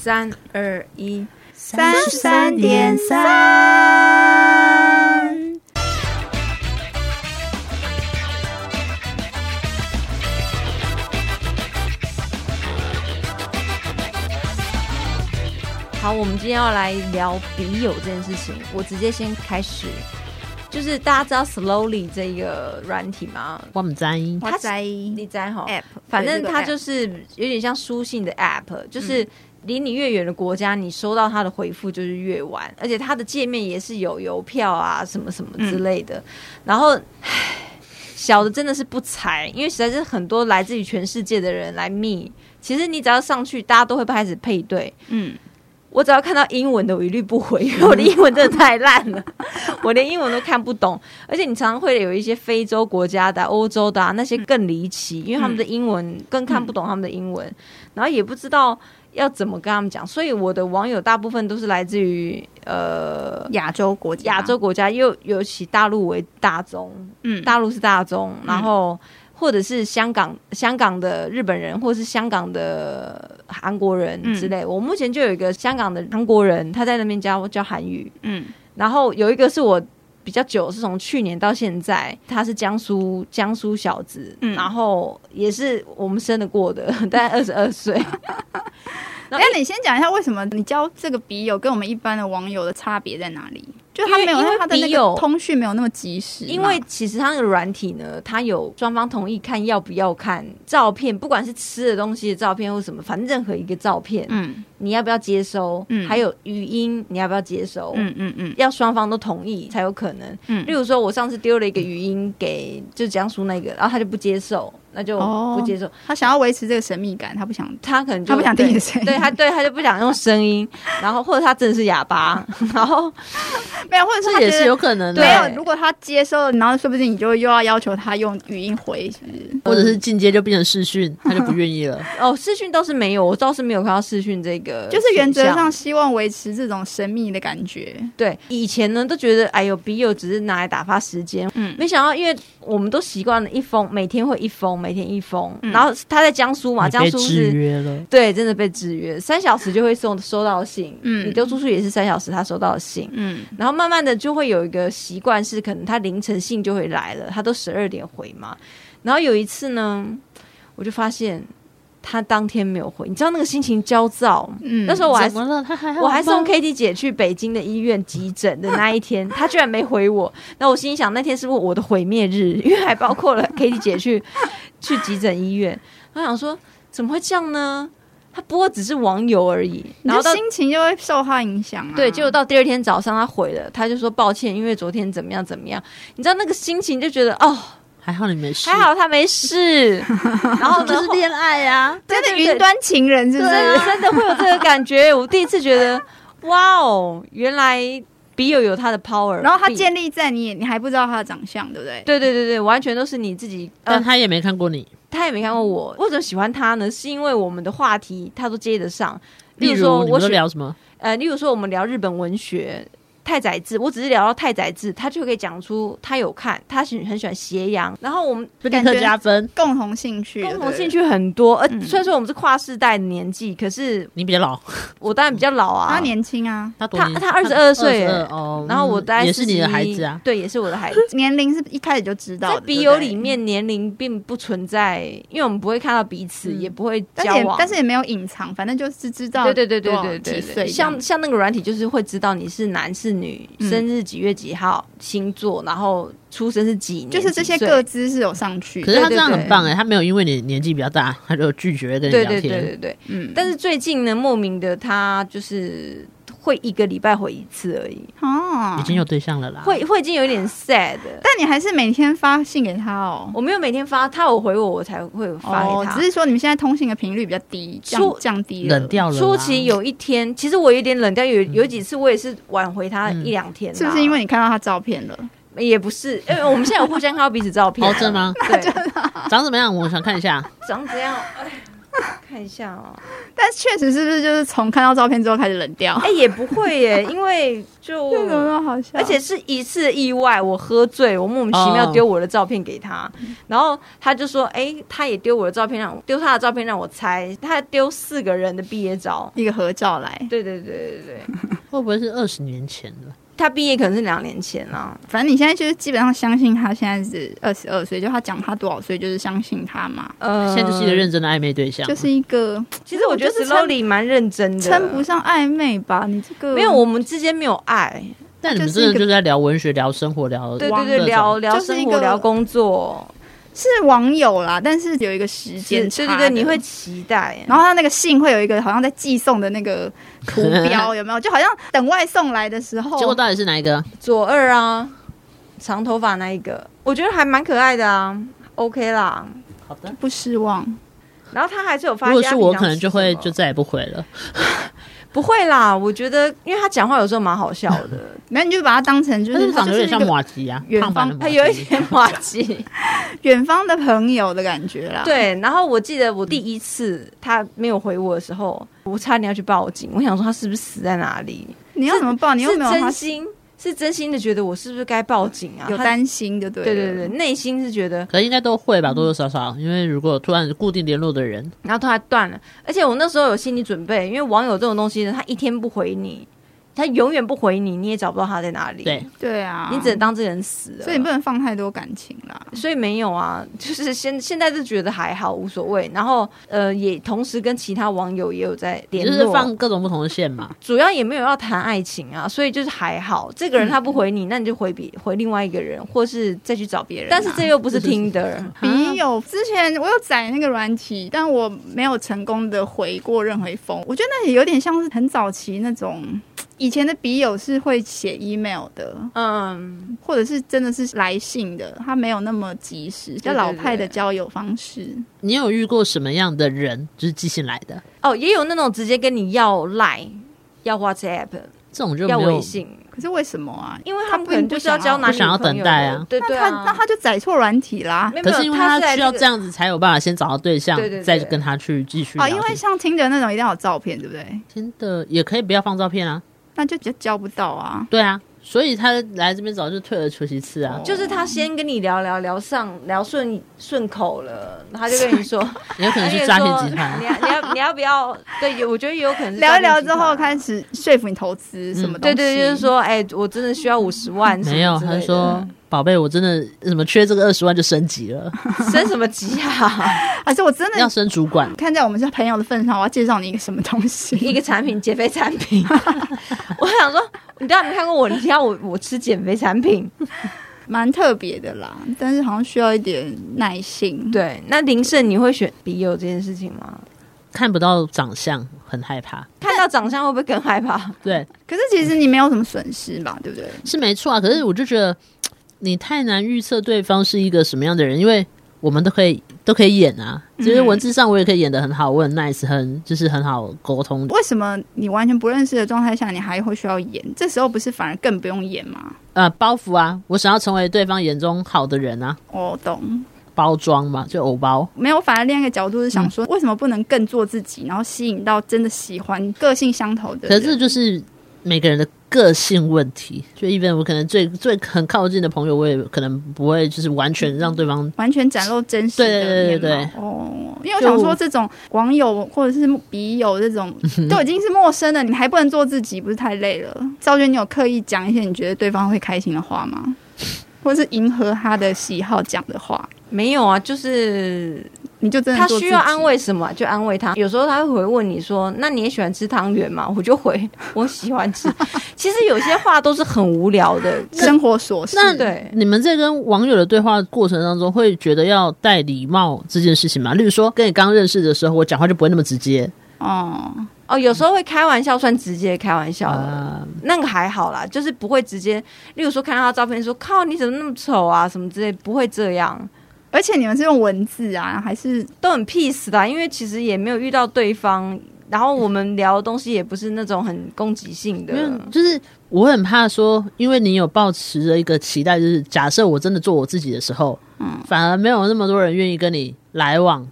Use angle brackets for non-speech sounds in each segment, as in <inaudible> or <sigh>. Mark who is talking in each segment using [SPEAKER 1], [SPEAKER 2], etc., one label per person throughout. [SPEAKER 1] 三二一，
[SPEAKER 2] 三十三点三。
[SPEAKER 3] 好，我们今天要来聊笔友这件事情。我直接先开始，就是大家知道 Slowly 这个软体吗？
[SPEAKER 2] 我们在
[SPEAKER 1] 我在
[SPEAKER 3] 你在哈
[SPEAKER 1] app，
[SPEAKER 3] 反正它就是是有点像书信的 App，就是离你越远的国家，你收到它的回复就是越晚，而且它的界面也是有邮票啊什么什么之类的。然后，唉小的真的是不才，因为实在是很多来自于全世界的人来密。其实你只要上去，大家都会开始配对。
[SPEAKER 1] 嗯，
[SPEAKER 3] 我只要看到英文的，我一律不回，因为我的英文真的太烂了， <laughs> 我连英文都看不懂。而且你常常会有一些非洲国家的啊、欧洲的、啊、那些更离奇，因为他们的英文更看不懂他们的英文，然后也不知道要怎么跟他们讲。所以我的网友大部分都是来自于呃
[SPEAKER 1] 亚洲国家，
[SPEAKER 3] 亚洲国家，又尤其大陆为大宗，
[SPEAKER 1] 嗯
[SPEAKER 3] 大陆是大宗，然后或者是香港、香港的日本人，或是香港的韩国人
[SPEAKER 1] 嗯
[SPEAKER 3] 之类。我目前就有一个香港的韩国人，他在那边教教韩语，
[SPEAKER 1] 嗯
[SPEAKER 3] 然后有一个是我比较久，是从去年到现在，他是江苏江苏小子，
[SPEAKER 1] 嗯
[SPEAKER 3] 然后也是我们生得过的， <laughs> 大概二十二
[SPEAKER 1] <laughs>
[SPEAKER 3] 岁。然
[SPEAKER 1] 那
[SPEAKER 3] 后
[SPEAKER 1] 哎你先讲一下为什么你交这个笔友跟我们一般的网友的差别在哪里？就他没有
[SPEAKER 3] 因为
[SPEAKER 1] 他的那
[SPEAKER 3] 笔友
[SPEAKER 1] 个通讯没有那么及时嘛，
[SPEAKER 3] 因为其实它那个软体呢，它有双方同意看要不要看照片，不管是吃的东西的照片或什么，反正任何一个照片，
[SPEAKER 1] 嗯
[SPEAKER 3] 你要不要接收？
[SPEAKER 1] 嗯
[SPEAKER 3] 还有语音，你要不要接收？
[SPEAKER 1] 嗯嗯嗯
[SPEAKER 3] 要双方都同意才有可能。
[SPEAKER 1] 嗯
[SPEAKER 3] 例如说，我上次丢了一个语音给就江苏那个，然后他就不接受，那就
[SPEAKER 1] 哦
[SPEAKER 3] 不接受。
[SPEAKER 1] 他想要维持这个神秘感，他不想
[SPEAKER 3] 他可能就
[SPEAKER 1] 他不想听你
[SPEAKER 3] 对
[SPEAKER 1] 的声音
[SPEAKER 3] 对他对他就不想用声
[SPEAKER 1] <laughs>
[SPEAKER 3] 音，然后或者他真的是哑巴， <laughs> 然后
[SPEAKER 1] 没有，或者是他
[SPEAKER 2] 这也
[SPEAKER 1] 觉
[SPEAKER 2] 是
[SPEAKER 1] 得
[SPEAKER 2] 有可能的，
[SPEAKER 1] 没有
[SPEAKER 3] 对。
[SPEAKER 1] 如果他接收了，然后说不定你就又要要求他用语音回，是不是？
[SPEAKER 2] 或者是进阶就变成
[SPEAKER 3] <laughs>
[SPEAKER 2] 视讯，他就不愿意了。
[SPEAKER 3] 哦视讯倒是没有，我倒是没有看到视讯这个选项，
[SPEAKER 1] 就是原则上希望维持这种神秘的感觉。
[SPEAKER 3] 对，以前呢都觉得哎呦，笔友只是拿来打发时间，
[SPEAKER 1] 嗯
[SPEAKER 3] 没想到因为我们都习惯了一封，每天会一封，每天一封，
[SPEAKER 1] 嗯
[SPEAKER 3] 然后他在江苏嘛，
[SPEAKER 2] 你
[SPEAKER 3] 江
[SPEAKER 2] 被
[SPEAKER 3] 苏
[SPEAKER 2] 制
[SPEAKER 3] 是。
[SPEAKER 2] 约了，
[SPEAKER 3] 对，真的被制约，三小时就会送收到信，
[SPEAKER 1] 嗯
[SPEAKER 3] 你丢出去也是三小时，他收到信，
[SPEAKER 1] 嗯
[SPEAKER 3] 然后慢慢的就会有一个习惯是，可能他凌晨信就会来了，他都十二点回嘛，然后有一次呢，我就发现他当天没有回，你知道那个心情焦躁，
[SPEAKER 1] 嗯
[SPEAKER 3] 那时候我还
[SPEAKER 2] 怎么了？他
[SPEAKER 1] 哎
[SPEAKER 2] 还好吗
[SPEAKER 3] 我还送 Kitty 姐去北京的医院急诊的那一天，她居然没回我。那我心里想，那天是不是我的毁灭日？因为还包括了 Kitty 姐去去急诊医院。我想说，怎么会这样呢？她不过只是网友而已。
[SPEAKER 1] 你
[SPEAKER 3] 然后
[SPEAKER 1] 的
[SPEAKER 3] 到
[SPEAKER 1] 心情就会受他影响啊。
[SPEAKER 3] 对，结果到第二天早上，她回了，她就说抱歉，因为昨天怎么样怎么样。你知道那个心情就觉得哦，
[SPEAKER 2] 还好你没事，
[SPEAKER 3] 还好她没
[SPEAKER 1] <laughs>
[SPEAKER 3] 事。然后呢，呃
[SPEAKER 2] 就是恋爱啊。
[SPEAKER 1] 真的
[SPEAKER 3] 对啊对
[SPEAKER 1] 云端情人是不
[SPEAKER 3] 真
[SPEAKER 1] 是？ <laughs>
[SPEAKER 3] 的真的会有这个感觉。我第一次觉得，哇哦，原来笔友有他的 power。
[SPEAKER 1] 然后他
[SPEAKER 3] 笔
[SPEAKER 1] 建立在你也你还不知道他的长相，对不对？
[SPEAKER 3] 对对对对，完全都是你自己。呃
[SPEAKER 2] 但，他也没看过你，
[SPEAKER 3] 他也没看过我，为什么喜欢他呢？是因为我们的话题他都接得上。
[SPEAKER 2] 例
[SPEAKER 3] 如说
[SPEAKER 2] 你们
[SPEAKER 3] 我
[SPEAKER 2] 都
[SPEAKER 3] 喜
[SPEAKER 2] 聊什么？
[SPEAKER 3] 呃，例如说我们聊日本文学。太宰治，我只是聊到太宰治，他就可以讲出他有看，他喜很喜欢斜阳，然后我们
[SPEAKER 2] 就立
[SPEAKER 1] 感
[SPEAKER 2] 刻
[SPEAKER 1] 觉
[SPEAKER 2] 加分。
[SPEAKER 1] 共同兴趣，
[SPEAKER 3] 共
[SPEAKER 1] 对
[SPEAKER 3] 同
[SPEAKER 1] 不对
[SPEAKER 3] 兴。趣很多，呃，
[SPEAKER 1] 嗯
[SPEAKER 3] 虽然说我们是跨世代的年纪，可是
[SPEAKER 2] 你比较老，
[SPEAKER 3] 我当然比较老啊，
[SPEAKER 1] 他年轻啊，
[SPEAKER 2] 他多
[SPEAKER 3] 他
[SPEAKER 2] 年
[SPEAKER 3] 他22岁
[SPEAKER 2] 22哦。
[SPEAKER 3] 然后我大概
[SPEAKER 2] 嗯也是你的
[SPEAKER 3] 41
[SPEAKER 2] 孩子啊，
[SPEAKER 3] 对，也是我的孩子，
[SPEAKER 1] 年龄是一开始就知道
[SPEAKER 3] 在
[SPEAKER 1] 的。
[SPEAKER 3] 笔友
[SPEAKER 1] 对不对
[SPEAKER 3] 里，面，年龄并不存在，因为我们不会看到彼此，
[SPEAKER 2] 嗯
[SPEAKER 3] 也不会
[SPEAKER 1] 但
[SPEAKER 3] 交
[SPEAKER 1] 是也
[SPEAKER 3] 往，
[SPEAKER 1] 但是也没有隐藏，反正就是知道
[SPEAKER 3] 对对对对
[SPEAKER 1] 多少
[SPEAKER 3] 对对
[SPEAKER 1] 几
[SPEAKER 3] 对，
[SPEAKER 1] 岁
[SPEAKER 3] 像像那个软体就是会知道你是男是女，
[SPEAKER 1] 嗯
[SPEAKER 3] 生日几月几号，星座，然后出生是几年，
[SPEAKER 1] 就是这些
[SPEAKER 3] 几岁
[SPEAKER 1] 个资是有上去的，
[SPEAKER 2] 可是他这样
[SPEAKER 3] 对对对
[SPEAKER 2] 很棒哎，他没有因为你年纪比较大，他就拒绝跟你
[SPEAKER 3] 对
[SPEAKER 2] 聊
[SPEAKER 3] 对对
[SPEAKER 2] 天。
[SPEAKER 3] 对对。
[SPEAKER 1] 嗯，
[SPEAKER 3] 但是最近呢，莫名的他就是会一个礼拜回一次而已，
[SPEAKER 1] 哦
[SPEAKER 2] 已，经有对象了啦，
[SPEAKER 3] 会会已经有点 sad 了。
[SPEAKER 1] 但你还是每天发信给他哦。
[SPEAKER 3] 我没有每天发，他有回我，我才会发给
[SPEAKER 1] 哦，
[SPEAKER 3] 他。
[SPEAKER 1] 只是说你们现在通信的频率比较低，降
[SPEAKER 3] 出
[SPEAKER 1] 降低了
[SPEAKER 2] 冷，掉了啦。
[SPEAKER 3] 初期有一天，其实我有点冷掉，有有几次我也是晚回他
[SPEAKER 2] 嗯
[SPEAKER 3] 一两天啦，
[SPEAKER 1] 是不是因为你看到他照片了？
[SPEAKER 3] 也不是，因为我们现在有互相看到彼此照片啊
[SPEAKER 2] 哦
[SPEAKER 3] <laughs> 了，，
[SPEAKER 2] 真的吗？
[SPEAKER 3] 对，
[SPEAKER 2] 长怎么样？我想看一下。
[SPEAKER 3] 长怎样？ <laughs> 看一下哦。
[SPEAKER 1] 但确实是不是就是从看到照片之后开始冷掉？
[SPEAKER 3] 哎、也不会 <laughs> 耶，因为就
[SPEAKER 1] 这怎么那么好笑？
[SPEAKER 3] 而且是一次意外，我喝醉，我莫名其妙
[SPEAKER 2] 哦
[SPEAKER 3] 丢我的照片给他，然后他就说：“哎、他也丢我的照片让我丢他的照片让我猜，他丢四个人的毕业照。
[SPEAKER 1] 一个合照来”，
[SPEAKER 3] 对对对对对，
[SPEAKER 2] 会不会是二十年前的？
[SPEAKER 3] 他毕业可能是两年前啦、
[SPEAKER 1] 反正你现在就是基本上相信他现在是二十二岁，就他讲他多少岁就是相信他嘛，
[SPEAKER 3] 呃，
[SPEAKER 2] 现在就是一个，认真的暧昧对象，
[SPEAKER 1] 就是一个
[SPEAKER 3] 其实我觉得
[SPEAKER 1] 就是称
[SPEAKER 3] Slowly 蛮认真的，
[SPEAKER 1] 称不上暧昧吧？你这个
[SPEAKER 3] 没有我们之间没有爱，
[SPEAKER 2] 但你们
[SPEAKER 1] 就是一
[SPEAKER 2] 真
[SPEAKER 1] 个
[SPEAKER 2] 的就是在聊文学、聊生活、聊
[SPEAKER 3] 对
[SPEAKER 2] 各
[SPEAKER 3] 对
[SPEAKER 2] 种
[SPEAKER 3] 对，聊聊
[SPEAKER 1] 就是
[SPEAKER 3] 生
[SPEAKER 1] 一
[SPEAKER 3] 活，
[SPEAKER 1] 个
[SPEAKER 3] 聊工作，
[SPEAKER 1] 是网友啦，但是有一个时
[SPEAKER 3] 对
[SPEAKER 1] 间差
[SPEAKER 3] 对
[SPEAKER 1] 的，
[SPEAKER 3] 对，你会期待，
[SPEAKER 1] 然后他那个信会有一个好像在寄送的那个图
[SPEAKER 3] <laughs>
[SPEAKER 1] 标，有没有？就好像等外送来的时候，
[SPEAKER 2] 结果到底是哪一个？
[SPEAKER 3] 左二啊，长头发那一个，我觉得还蛮可爱的啊，OK 啦。
[SPEAKER 2] 好的，
[SPEAKER 1] 不失望。
[SPEAKER 3] 然后他还是有发
[SPEAKER 2] 如
[SPEAKER 3] 现他平常吃什么，
[SPEAKER 2] 果是我，可能就会就再也不回了。
[SPEAKER 3] 不会啦。我觉得，因为他讲话有时候蛮好笑
[SPEAKER 2] <laughs>
[SPEAKER 3] 的，
[SPEAKER 1] 没有，你就把它当成就
[SPEAKER 2] 但
[SPEAKER 1] 是
[SPEAKER 2] 是长得有点
[SPEAKER 1] 他
[SPEAKER 2] 像
[SPEAKER 1] 就是一个
[SPEAKER 2] 马吉啊，
[SPEAKER 1] 远
[SPEAKER 2] 胖版的
[SPEAKER 1] 方
[SPEAKER 2] 马
[SPEAKER 3] 他
[SPEAKER 2] 吉
[SPEAKER 3] 有一点滑稽。
[SPEAKER 1] 远方的朋友的感觉啦。，
[SPEAKER 3] 对，然后我记得我第一次他没有回我的时候，我差点要去报警。我想说他是不是死在哪里？
[SPEAKER 1] 你要怎么啊报？你又
[SPEAKER 3] 是
[SPEAKER 1] 没有他
[SPEAKER 3] 真心，是真心的觉得我是不是该报警啊？
[SPEAKER 1] 有
[SPEAKER 3] 他
[SPEAKER 1] 担心，就对了
[SPEAKER 3] 对对对，，内心是觉得
[SPEAKER 2] <laughs> 可能应该都会吧，多多少
[SPEAKER 3] 嗯
[SPEAKER 2] 少。因为如果突然固定联络的人，
[SPEAKER 3] 然后突然断了。而且我那时候有心理准备，因为网友这种东西呢，他一天不回你，他永远不回你，你也找不到他在哪里。
[SPEAKER 2] 对，
[SPEAKER 1] 对啊，
[SPEAKER 3] 你只能当这个人死了。
[SPEAKER 1] 所以你不能放太多感情啦。
[SPEAKER 3] 所以没有啊，就是现现在就觉得还好，无所谓。然后呃，也同时跟其他网友也有在
[SPEAKER 2] 也
[SPEAKER 3] 联
[SPEAKER 2] 就是
[SPEAKER 3] 络，
[SPEAKER 2] 放各种不同的线嘛。
[SPEAKER 3] 主要也没有要谈爱情 <laughs> 啊，所以就是还好。这个人他不回你，那你就回别回另外一个人，或是再去找别人啊、但是这又不是
[SPEAKER 2] 这就是
[SPEAKER 3] 听的，
[SPEAKER 1] 笔友之前我有载那个软体，但我没有成功的回过任何一封。我觉得那也有点像是很早期那种以前的笔友是会写 email 的，
[SPEAKER 3] <laughs> 嗯，
[SPEAKER 1] 或者是真的是来信的，他没有那么及时，比较老派的交友方式。
[SPEAKER 2] 你有遇过什么样的人，就是寄信来的？
[SPEAKER 3] 哦，也有那种直接跟你要赖、要 WhatsApp、
[SPEAKER 2] 这种就
[SPEAKER 3] 要
[SPEAKER 2] 没
[SPEAKER 3] 微
[SPEAKER 2] 有
[SPEAKER 3] 信，
[SPEAKER 1] 可是为什么啊？
[SPEAKER 3] 因为
[SPEAKER 1] 他
[SPEAKER 3] 他们
[SPEAKER 1] 不
[SPEAKER 3] 可能
[SPEAKER 1] 不
[SPEAKER 3] 就是要
[SPEAKER 1] 想
[SPEAKER 3] 交
[SPEAKER 1] 要
[SPEAKER 3] 男女
[SPEAKER 2] 不想要
[SPEAKER 3] 朋
[SPEAKER 2] 等
[SPEAKER 3] 友
[SPEAKER 2] 待
[SPEAKER 3] 的
[SPEAKER 2] 啊
[SPEAKER 3] 对
[SPEAKER 1] 那
[SPEAKER 3] 对
[SPEAKER 1] 他
[SPEAKER 3] 啊，
[SPEAKER 1] 那他就载错软体啦。
[SPEAKER 3] 没有
[SPEAKER 2] 可
[SPEAKER 3] 没有
[SPEAKER 2] 是因为
[SPEAKER 3] 他
[SPEAKER 2] 他
[SPEAKER 3] 是来
[SPEAKER 2] 需要
[SPEAKER 3] 个
[SPEAKER 2] 这样子才有办法先找到对象
[SPEAKER 3] 对对，对哦
[SPEAKER 2] 再跟他去继续
[SPEAKER 1] 啊，
[SPEAKER 2] 聊
[SPEAKER 1] 因为
[SPEAKER 2] 天。
[SPEAKER 1] 像听的那种一定要有照片，对不对？
[SPEAKER 2] 真的也可以不要放照片啊，
[SPEAKER 1] 那就比较交不到啊。
[SPEAKER 2] 对啊，所以他来这边早就退而求其次啊
[SPEAKER 1] 哦。
[SPEAKER 3] 就是他先跟你聊聊聊上聊顺顺口了，他就跟你说，
[SPEAKER 2] 也 <laughs> 有可能
[SPEAKER 3] 他
[SPEAKER 2] 是
[SPEAKER 3] 就
[SPEAKER 2] 诈骗
[SPEAKER 3] 说
[SPEAKER 2] 集
[SPEAKER 3] <laughs>
[SPEAKER 2] 团
[SPEAKER 3] 你要你要你要不要？对，有我觉得也有可能是
[SPEAKER 1] 聊一
[SPEAKER 3] 诈
[SPEAKER 1] 聊
[SPEAKER 3] 骗集
[SPEAKER 1] 之
[SPEAKER 3] 团
[SPEAKER 1] 后，开始说服你投资什么东
[SPEAKER 3] 啊对
[SPEAKER 1] 西。
[SPEAKER 3] 对，就是说，哎，我真的需要五十万，
[SPEAKER 2] <laughs> 没有， <laughs> 他说宝贝，我真的怎么缺这个二十万就升级 <laughs> 了，
[SPEAKER 3] <laughs> 生什么急啊？ <laughs>
[SPEAKER 1] 而且我真的
[SPEAKER 2] 要升主管。
[SPEAKER 1] 看在我们是朋友的份上，我要介绍你一个什么东
[SPEAKER 3] 一 <laughs>
[SPEAKER 1] 西。
[SPEAKER 3] 个产品，减肥产品。 <laughs> 我想说，你当然没看过我，你要我我吃减肥产品？
[SPEAKER 1] 蛮特别的啦，但是好像需要一点耐心。，
[SPEAKER 3] 对，那林胜你会选笔友这件事情吗？
[SPEAKER 2] 看不到长相很害怕，
[SPEAKER 3] 看到长相会不会更害怕？
[SPEAKER 2] 对，
[SPEAKER 1] 可是其实你没有什么损失吧，对不对？
[SPEAKER 2] 是没错啊。可是我就觉得你太难预测对方是一个什么样的人，因为我们都可以都可以演啊，就是文字上我也可以演的很好，我很 nice，很就是很好沟通。
[SPEAKER 1] 为什么你完全不认识的状态下，你还会需要演？这时候不是反而更不用演吗？
[SPEAKER 2] 呃，包袱啊，我想要成为对方眼中好的人啊，
[SPEAKER 1] 我懂，
[SPEAKER 2] 包装嘛，就偶包。
[SPEAKER 1] 没有，反而另一个角度是
[SPEAKER 3] 嗯
[SPEAKER 1] 想说，为什么不能更做自己，然后吸引到真的喜欢、个性相投的
[SPEAKER 2] 可
[SPEAKER 1] 人？
[SPEAKER 2] 是就是每个人的个性问题，就 even 我可能最最很靠近的朋友，我也可能不会就是完全让对方
[SPEAKER 1] 完全展露真实的面貌。
[SPEAKER 2] 对对对对
[SPEAKER 1] 哦，因为我想说，
[SPEAKER 2] 就
[SPEAKER 1] 这种网友或者是
[SPEAKER 2] <laughs>
[SPEAKER 1] 笔友这种，都已经是陌生的，你还不能做自己，不是太累了？赵娟，你有刻意讲一些你觉得对方会开心的话吗？或是迎合他的喜好讲的话，
[SPEAKER 3] 没有啊，就是
[SPEAKER 1] 你就真的
[SPEAKER 3] 他
[SPEAKER 1] 做
[SPEAKER 3] 需
[SPEAKER 1] 自
[SPEAKER 3] 要
[SPEAKER 1] 己
[SPEAKER 3] 安慰什么就安慰他。有时候他会回问你说：“那你也喜欢吃汤圆吗？”我就回：“ <laughs> 我喜欢吃。”其实有些话都是很无聊的，
[SPEAKER 1] 生活琐事。
[SPEAKER 2] 那
[SPEAKER 3] 对
[SPEAKER 2] 你们在跟网友的对话过程当中，会觉得要戴礼貌这件事情吗？例如说，跟你刚认识的时候，我讲话就不会那么直接
[SPEAKER 1] 哦，
[SPEAKER 3] 哦，有时候会开玩笑，算直接开玩笑的，
[SPEAKER 2] 啊、
[SPEAKER 3] 那个还好啦，就是不会直接。例如说看到他照片说：“靠，你怎么那么丑啊？”什么之类，不会这样，
[SPEAKER 1] 而且你们是用文字啊，还是
[SPEAKER 3] 都很 peace 的啊，因为其实也没有遇到对方。然后我们聊的东西也不是那种很攻击性的
[SPEAKER 1] 啊
[SPEAKER 2] 因，为就是我很怕说，因为你有抱持着一个期待，就是
[SPEAKER 1] 嗯
[SPEAKER 2] 假设我真的做我自己的时候，反而没有那么多人愿意跟你来往。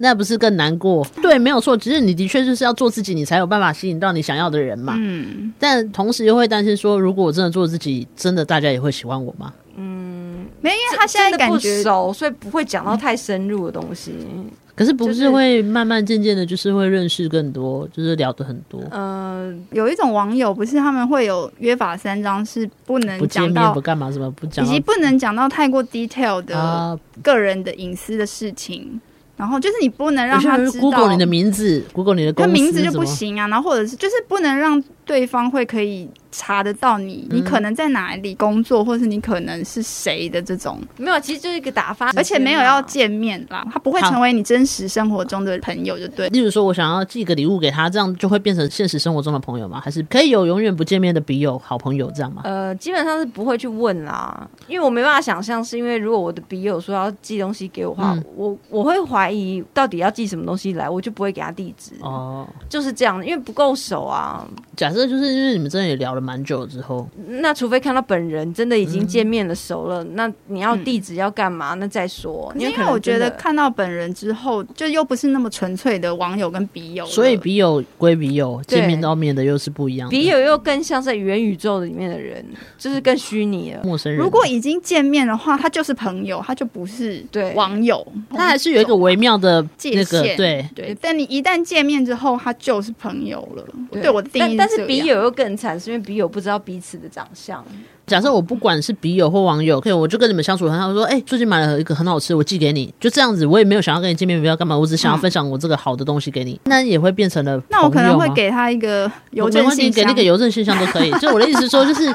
[SPEAKER 2] 那不是更难过？对，没有错，只是你的确就是要做自己，你才有办法吸引到你想要的人嘛。
[SPEAKER 1] 嗯，
[SPEAKER 2] 但同时又会担心说，如果我真的做自己，真的大家也会喜欢我吗？
[SPEAKER 1] 没有，因为他现在
[SPEAKER 3] 真的
[SPEAKER 1] 感
[SPEAKER 3] 不
[SPEAKER 1] 觉嗯
[SPEAKER 3] 熟，所以不会讲到太深入的东西。
[SPEAKER 2] 可是不
[SPEAKER 3] 就是是
[SPEAKER 2] 会慢慢渐渐的，就是会认识更多，就是聊的很多，
[SPEAKER 3] 嗯，
[SPEAKER 1] 有一种网友不是他们会有约法三章，是不
[SPEAKER 2] 不
[SPEAKER 1] 能
[SPEAKER 2] 见
[SPEAKER 1] 讲
[SPEAKER 2] 面
[SPEAKER 1] 到
[SPEAKER 2] 不，干嘛，什么不
[SPEAKER 1] 以
[SPEAKER 2] 讲
[SPEAKER 1] 及不能讲到太过 detail 的
[SPEAKER 2] 啊？
[SPEAKER 1] 个人的隐私的事情。然后就是你不能让
[SPEAKER 2] 我就
[SPEAKER 1] 他知道
[SPEAKER 2] Google 你的名字，Google 你的公
[SPEAKER 1] 他
[SPEAKER 2] 司，
[SPEAKER 1] 名字就不
[SPEAKER 2] 什么。
[SPEAKER 1] 行啊，然后或者是就是不能让对方会可以查得到你，
[SPEAKER 2] 嗯
[SPEAKER 1] 你可能在哪里工作，或是你可能是谁的这种，
[SPEAKER 3] 没有，其实就是一个打
[SPEAKER 2] 啊
[SPEAKER 3] 发时间嘛，啊
[SPEAKER 1] 而且没有要见面啦，他不会
[SPEAKER 2] 好
[SPEAKER 1] 成为你真实生活中的朋友，就对。
[SPEAKER 2] 例如说，我想要寄个礼物给他，这样就会变成现实生活中的朋友吗？还是可以有永远不见面的笔友、好朋友这样吗？
[SPEAKER 3] 呃，基本上是不会去问啦，因为我没办法想象，是因为如果我的笔友说要寄东西给我的话，
[SPEAKER 2] 嗯
[SPEAKER 3] 我我会怀疑到底要寄什么东西来，我就不会给他地址，
[SPEAKER 2] 哦，
[SPEAKER 3] 就是这样，因为不够熟啊。
[SPEAKER 2] 假设就是因为你们真的也聊了蛮久之后，
[SPEAKER 3] 那除非看到本人真的已经见面了，熟了，那你要地址要干嘛？那再说。
[SPEAKER 1] 嗯可是因
[SPEAKER 3] 可
[SPEAKER 1] 为
[SPEAKER 3] 能
[SPEAKER 1] 我觉
[SPEAKER 3] 真
[SPEAKER 1] 得
[SPEAKER 3] 的
[SPEAKER 1] 看到本人之后，就又不是那么纯粹的网友跟笔友了，
[SPEAKER 2] 所以笔友归笔友，
[SPEAKER 3] 对
[SPEAKER 2] 见面到面的又是不一样的。
[SPEAKER 3] 笔友又更像在元宇宙里面的人，就是更虚拟了。
[SPEAKER 2] 陌生人，
[SPEAKER 1] 如果已经见面的话，他就是朋友，他就不是
[SPEAKER 3] 对
[SPEAKER 1] 网友，
[SPEAKER 2] 他还是有一个微妙的
[SPEAKER 1] 界
[SPEAKER 2] 那个
[SPEAKER 1] 限，
[SPEAKER 2] 对，
[SPEAKER 1] 对。但你一旦见面之后，他就是朋友了。对我的定义
[SPEAKER 3] 但但是
[SPEAKER 1] 这
[SPEAKER 3] 笔
[SPEAKER 1] 样
[SPEAKER 3] 友又更惨，是因为笔友不知道彼此的长相。
[SPEAKER 2] 假设我不管是笔友或网友，可以我就跟你们相处很好。我说，哎、最近买了一个很好吃，我寄给你，就这样子。我也没有想要跟你见面，不要干嘛，我只想要分享我这个好的东西给你，那也会变成了
[SPEAKER 1] 那我可能
[SPEAKER 2] 朋友
[SPEAKER 1] 会
[SPEAKER 2] 吗
[SPEAKER 1] 给他一个邮
[SPEAKER 2] 没
[SPEAKER 1] 政
[SPEAKER 2] 问题，
[SPEAKER 1] 信
[SPEAKER 2] 给
[SPEAKER 1] 箱，
[SPEAKER 2] 那个邮政信箱都可以。就我的意思是说，就是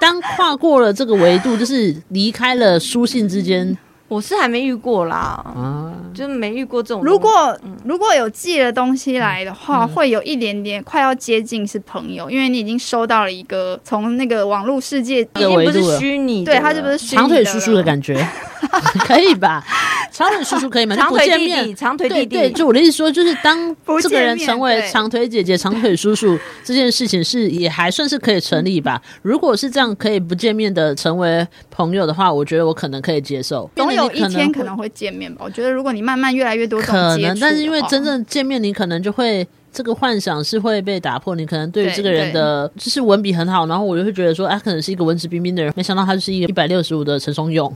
[SPEAKER 2] 当跨过了这个维度，就是离开了书信之间
[SPEAKER 3] 我是还没遇过啦，
[SPEAKER 2] 啊，
[SPEAKER 3] 就没遇过这种东西。
[SPEAKER 1] 如果
[SPEAKER 2] 嗯
[SPEAKER 1] 如果有寄了东西来的话，会有一点点快要接近是朋友，因为你已经收到了一个从那个网络世界，
[SPEAKER 2] 这个
[SPEAKER 3] 已经
[SPEAKER 2] 维
[SPEAKER 3] 不
[SPEAKER 2] 度
[SPEAKER 3] 是
[SPEAKER 2] 了
[SPEAKER 3] 虚拟的
[SPEAKER 1] 对
[SPEAKER 3] 了，
[SPEAKER 1] 他就不是虚拟
[SPEAKER 2] 长腿叔叔的
[SPEAKER 1] 了
[SPEAKER 2] 感觉，可以吧？长腿叔叔可以吗？就
[SPEAKER 3] 长
[SPEAKER 2] 不
[SPEAKER 3] 腿
[SPEAKER 2] 见
[SPEAKER 3] 弟弟，
[SPEAKER 2] 面。
[SPEAKER 3] 长腿
[SPEAKER 2] 对
[SPEAKER 3] 弟
[SPEAKER 2] 对，
[SPEAKER 3] 弟，
[SPEAKER 2] 就我的意思说，就是当
[SPEAKER 1] 不
[SPEAKER 2] 这
[SPEAKER 1] 见
[SPEAKER 2] 个人
[SPEAKER 1] 面
[SPEAKER 2] 成为
[SPEAKER 1] 对
[SPEAKER 2] 长腿姐姐、长腿叔叔这件事情是也还算是可以成立吧。如果是这样可以不见面的成为朋友的话，我觉得我可能可以接受。
[SPEAKER 1] 总有一天
[SPEAKER 2] 可
[SPEAKER 1] 可能会见面吧。我觉得如果你慢慢越来越多这种
[SPEAKER 2] 可
[SPEAKER 1] 接触的
[SPEAKER 2] 能，
[SPEAKER 1] 话，
[SPEAKER 2] 但是因为真正见面，你可能就会这个幻想是会被打破。你可能对于
[SPEAKER 1] 对
[SPEAKER 2] 这个人
[SPEAKER 1] 对
[SPEAKER 2] 的就是文笔很好，然后我就会觉得说，啊，可能是一个文质彬彬的人，没想到他就是一个一百六十五的陈松勇，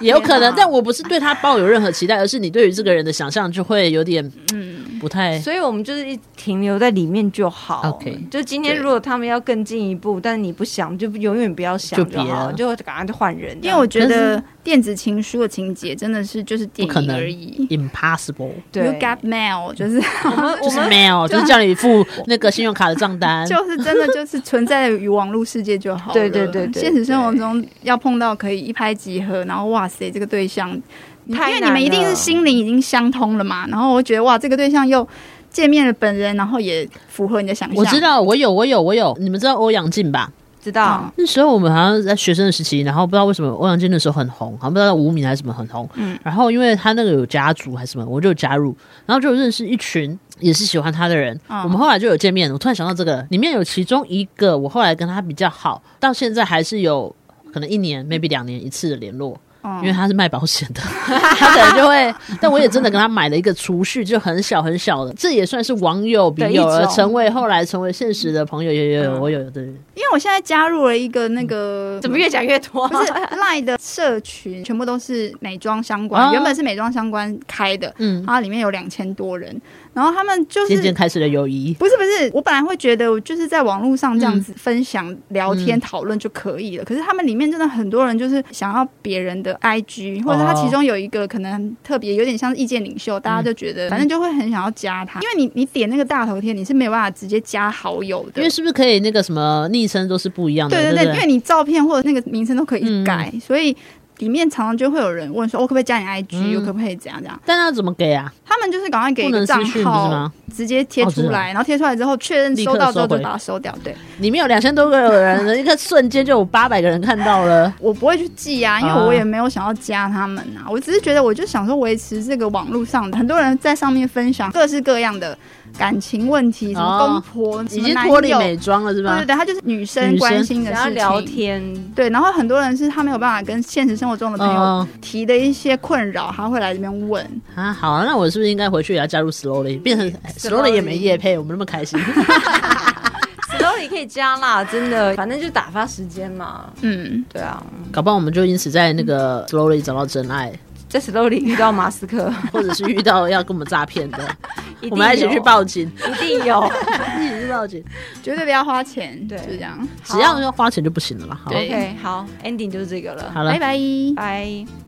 [SPEAKER 2] 也有可
[SPEAKER 1] 天 <laughs>
[SPEAKER 2] 能
[SPEAKER 1] 哪。
[SPEAKER 2] 但我不是对他抱有任何期待，而是你对于这个人的想象就会有点
[SPEAKER 1] 嗯，
[SPEAKER 2] 不太。
[SPEAKER 3] 所以我们就是一停留在里面就好。
[SPEAKER 2] OK
[SPEAKER 3] 就今天
[SPEAKER 1] 对
[SPEAKER 3] 如果他们要更进一步，但你不想，就永远不要想
[SPEAKER 2] 就
[SPEAKER 3] 好
[SPEAKER 2] 别了
[SPEAKER 3] 了，就赶快就换人这
[SPEAKER 1] 因
[SPEAKER 3] 样。
[SPEAKER 1] 为我觉
[SPEAKER 2] 可
[SPEAKER 1] 得
[SPEAKER 2] 是
[SPEAKER 1] 电子情书的情节真的是就是电
[SPEAKER 2] 不可
[SPEAKER 1] 影
[SPEAKER 2] 能
[SPEAKER 1] 而已。
[SPEAKER 2] Impossible，
[SPEAKER 1] You
[SPEAKER 3] 对
[SPEAKER 1] got mail，就是
[SPEAKER 3] 我们
[SPEAKER 2] 就
[SPEAKER 3] 我
[SPEAKER 2] 是
[SPEAKER 3] 们
[SPEAKER 2] 没有，就是叫你付那个信用卡的账单。
[SPEAKER 1] <laughs> 就是真的就是存在于网络世界就好了。
[SPEAKER 3] 对对对对
[SPEAKER 1] 现实生活中要碰到可以一拍即合，然后哇塞，这个对象，你
[SPEAKER 3] 太
[SPEAKER 1] 因为
[SPEAKER 3] 难
[SPEAKER 1] 你们一定
[SPEAKER 3] 了
[SPEAKER 1] 是心灵已经相通了嘛，然后我觉得哇，这个对象又见面了本人，然后也符合你的想象。
[SPEAKER 2] 我知道，我有，我有，我有。你们知道欧阳靖吧？
[SPEAKER 3] 知道
[SPEAKER 1] 啊，
[SPEAKER 2] 那时候我们好像在学生的时期，然后不知道为什么欧阳靖那时候很红，好像不知道无名还是什么很红。
[SPEAKER 1] 嗯
[SPEAKER 2] 然后因为他那个有家族还是什么，我就有加入，然后就认识一群也是喜欢他的人。
[SPEAKER 1] 嗯
[SPEAKER 2] 我们后来就有见面。我突然想到这个，里面有其中一个我后来跟他比较好，到现在还是有可能一年 maybe 两年一次的联络。因为他是卖保险的，他可能就会，但我也真的跟他买了一个储蓄，就很小很小的，这也算是网友笔
[SPEAKER 3] 的一
[SPEAKER 2] 友而
[SPEAKER 3] 种
[SPEAKER 2] 成为后来成为现实的朋友，有有有，我有对。
[SPEAKER 1] 因为我现在加入了一个那个
[SPEAKER 3] 怎么越讲越多？
[SPEAKER 1] 不是赖的社群，全部都是美妆相关，
[SPEAKER 3] 啊
[SPEAKER 2] 哦
[SPEAKER 1] 原本是美妆相关开的，
[SPEAKER 2] 嗯，
[SPEAKER 1] 然后里面有两千多人，然后他们就是
[SPEAKER 2] 渐渐开始了友谊。
[SPEAKER 1] 不是不是，我本来会觉得我就是在网络上这样
[SPEAKER 2] 嗯
[SPEAKER 1] 子分享、聊天、讨论就可以了。可是他们里面真的很多人就是想要别人的 IG，或者他
[SPEAKER 2] 哦
[SPEAKER 1] 其中有一个可能特别有点像是意见领袖，
[SPEAKER 2] 嗯
[SPEAKER 1] 大家就觉得反正就会很想要加他，因为你你点那个大头贴，你是没有办法直接加好友的
[SPEAKER 2] 因为。是不是可以那个什么昵称都是不一样的？
[SPEAKER 1] 对
[SPEAKER 2] 对嗯
[SPEAKER 1] 对
[SPEAKER 2] 不
[SPEAKER 1] 对，因为你照片或者那个名称都可以改，所以里面常常就会有人问说，哦我、可不可以加你 IG？、
[SPEAKER 2] 嗯
[SPEAKER 1] 我可不可以怎样怎样？
[SPEAKER 2] 但要怎么给啊？
[SPEAKER 1] 他们就是赶快给
[SPEAKER 2] 不
[SPEAKER 1] 一
[SPEAKER 2] 能
[SPEAKER 1] 个
[SPEAKER 2] 私
[SPEAKER 1] 账
[SPEAKER 2] 讯不是
[SPEAKER 1] 号
[SPEAKER 2] 吗？
[SPEAKER 1] 直接贴
[SPEAKER 2] 哦是
[SPEAKER 1] 出
[SPEAKER 2] 啊
[SPEAKER 1] 来，然后贴出来之后确认
[SPEAKER 2] 立
[SPEAKER 1] 收
[SPEAKER 2] 刻
[SPEAKER 1] 到之后
[SPEAKER 2] 收回
[SPEAKER 1] 就把它收掉。对。
[SPEAKER 2] 里面有两千多个人，一个瞬间就有八百个人看到了。
[SPEAKER 1] 我不会去记啊，因为
[SPEAKER 2] 啊
[SPEAKER 1] 我也没有想要加他们啊，我只是觉得我就想说维持这个网络上的很多人在上面分享各式各样的感情问题，什么公婆，什
[SPEAKER 2] 哦已
[SPEAKER 1] 么
[SPEAKER 2] 经
[SPEAKER 1] 男
[SPEAKER 2] 脱离
[SPEAKER 1] 友
[SPEAKER 2] 美妆了是
[SPEAKER 1] 对
[SPEAKER 2] 吧
[SPEAKER 1] 对？对，他就是女生
[SPEAKER 2] 女生
[SPEAKER 1] 关心
[SPEAKER 3] <laughs>
[SPEAKER 1] 的
[SPEAKER 3] 想
[SPEAKER 1] 事
[SPEAKER 3] 要聊
[SPEAKER 1] 情，
[SPEAKER 3] 天，
[SPEAKER 1] 对，然后很多人是他没有办法跟现实生活中的朋友
[SPEAKER 2] 嗯
[SPEAKER 1] 提的一些困扰，他会来这边问。
[SPEAKER 2] 啊，好啊，那我是不是应该回去也要加入 slowly，变
[SPEAKER 1] <laughs>
[SPEAKER 2] 成哎 slowly 也没夜配，我们那么开心。
[SPEAKER 3] 然后你可以加啦，真的，反正就打发时间嘛。
[SPEAKER 1] 嗯，
[SPEAKER 3] 对啊，
[SPEAKER 2] 搞不好我们就因此在那个 slowly 找到
[SPEAKER 1] <laughs>
[SPEAKER 2] 真爱，
[SPEAKER 3] 在 Slow 里遇到马斯克，
[SPEAKER 2] <laughs> 或者是遇到要跟我们诈
[SPEAKER 1] <laughs>
[SPEAKER 2] 骗的，
[SPEAKER 3] 一定
[SPEAKER 2] 我们要一起去
[SPEAKER 3] 有，
[SPEAKER 2] 报警，
[SPEAKER 3] 一定有。
[SPEAKER 2] <laughs> 一起去报警。
[SPEAKER 1] 绝对不要花钱，
[SPEAKER 3] 对
[SPEAKER 1] 就是这样。
[SPEAKER 2] 只要要花钱就不行了嘛。好，
[SPEAKER 1] 对
[SPEAKER 3] OK，好，ending 就是这个了，
[SPEAKER 2] 好了
[SPEAKER 1] 拜。拜。
[SPEAKER 3] 拜。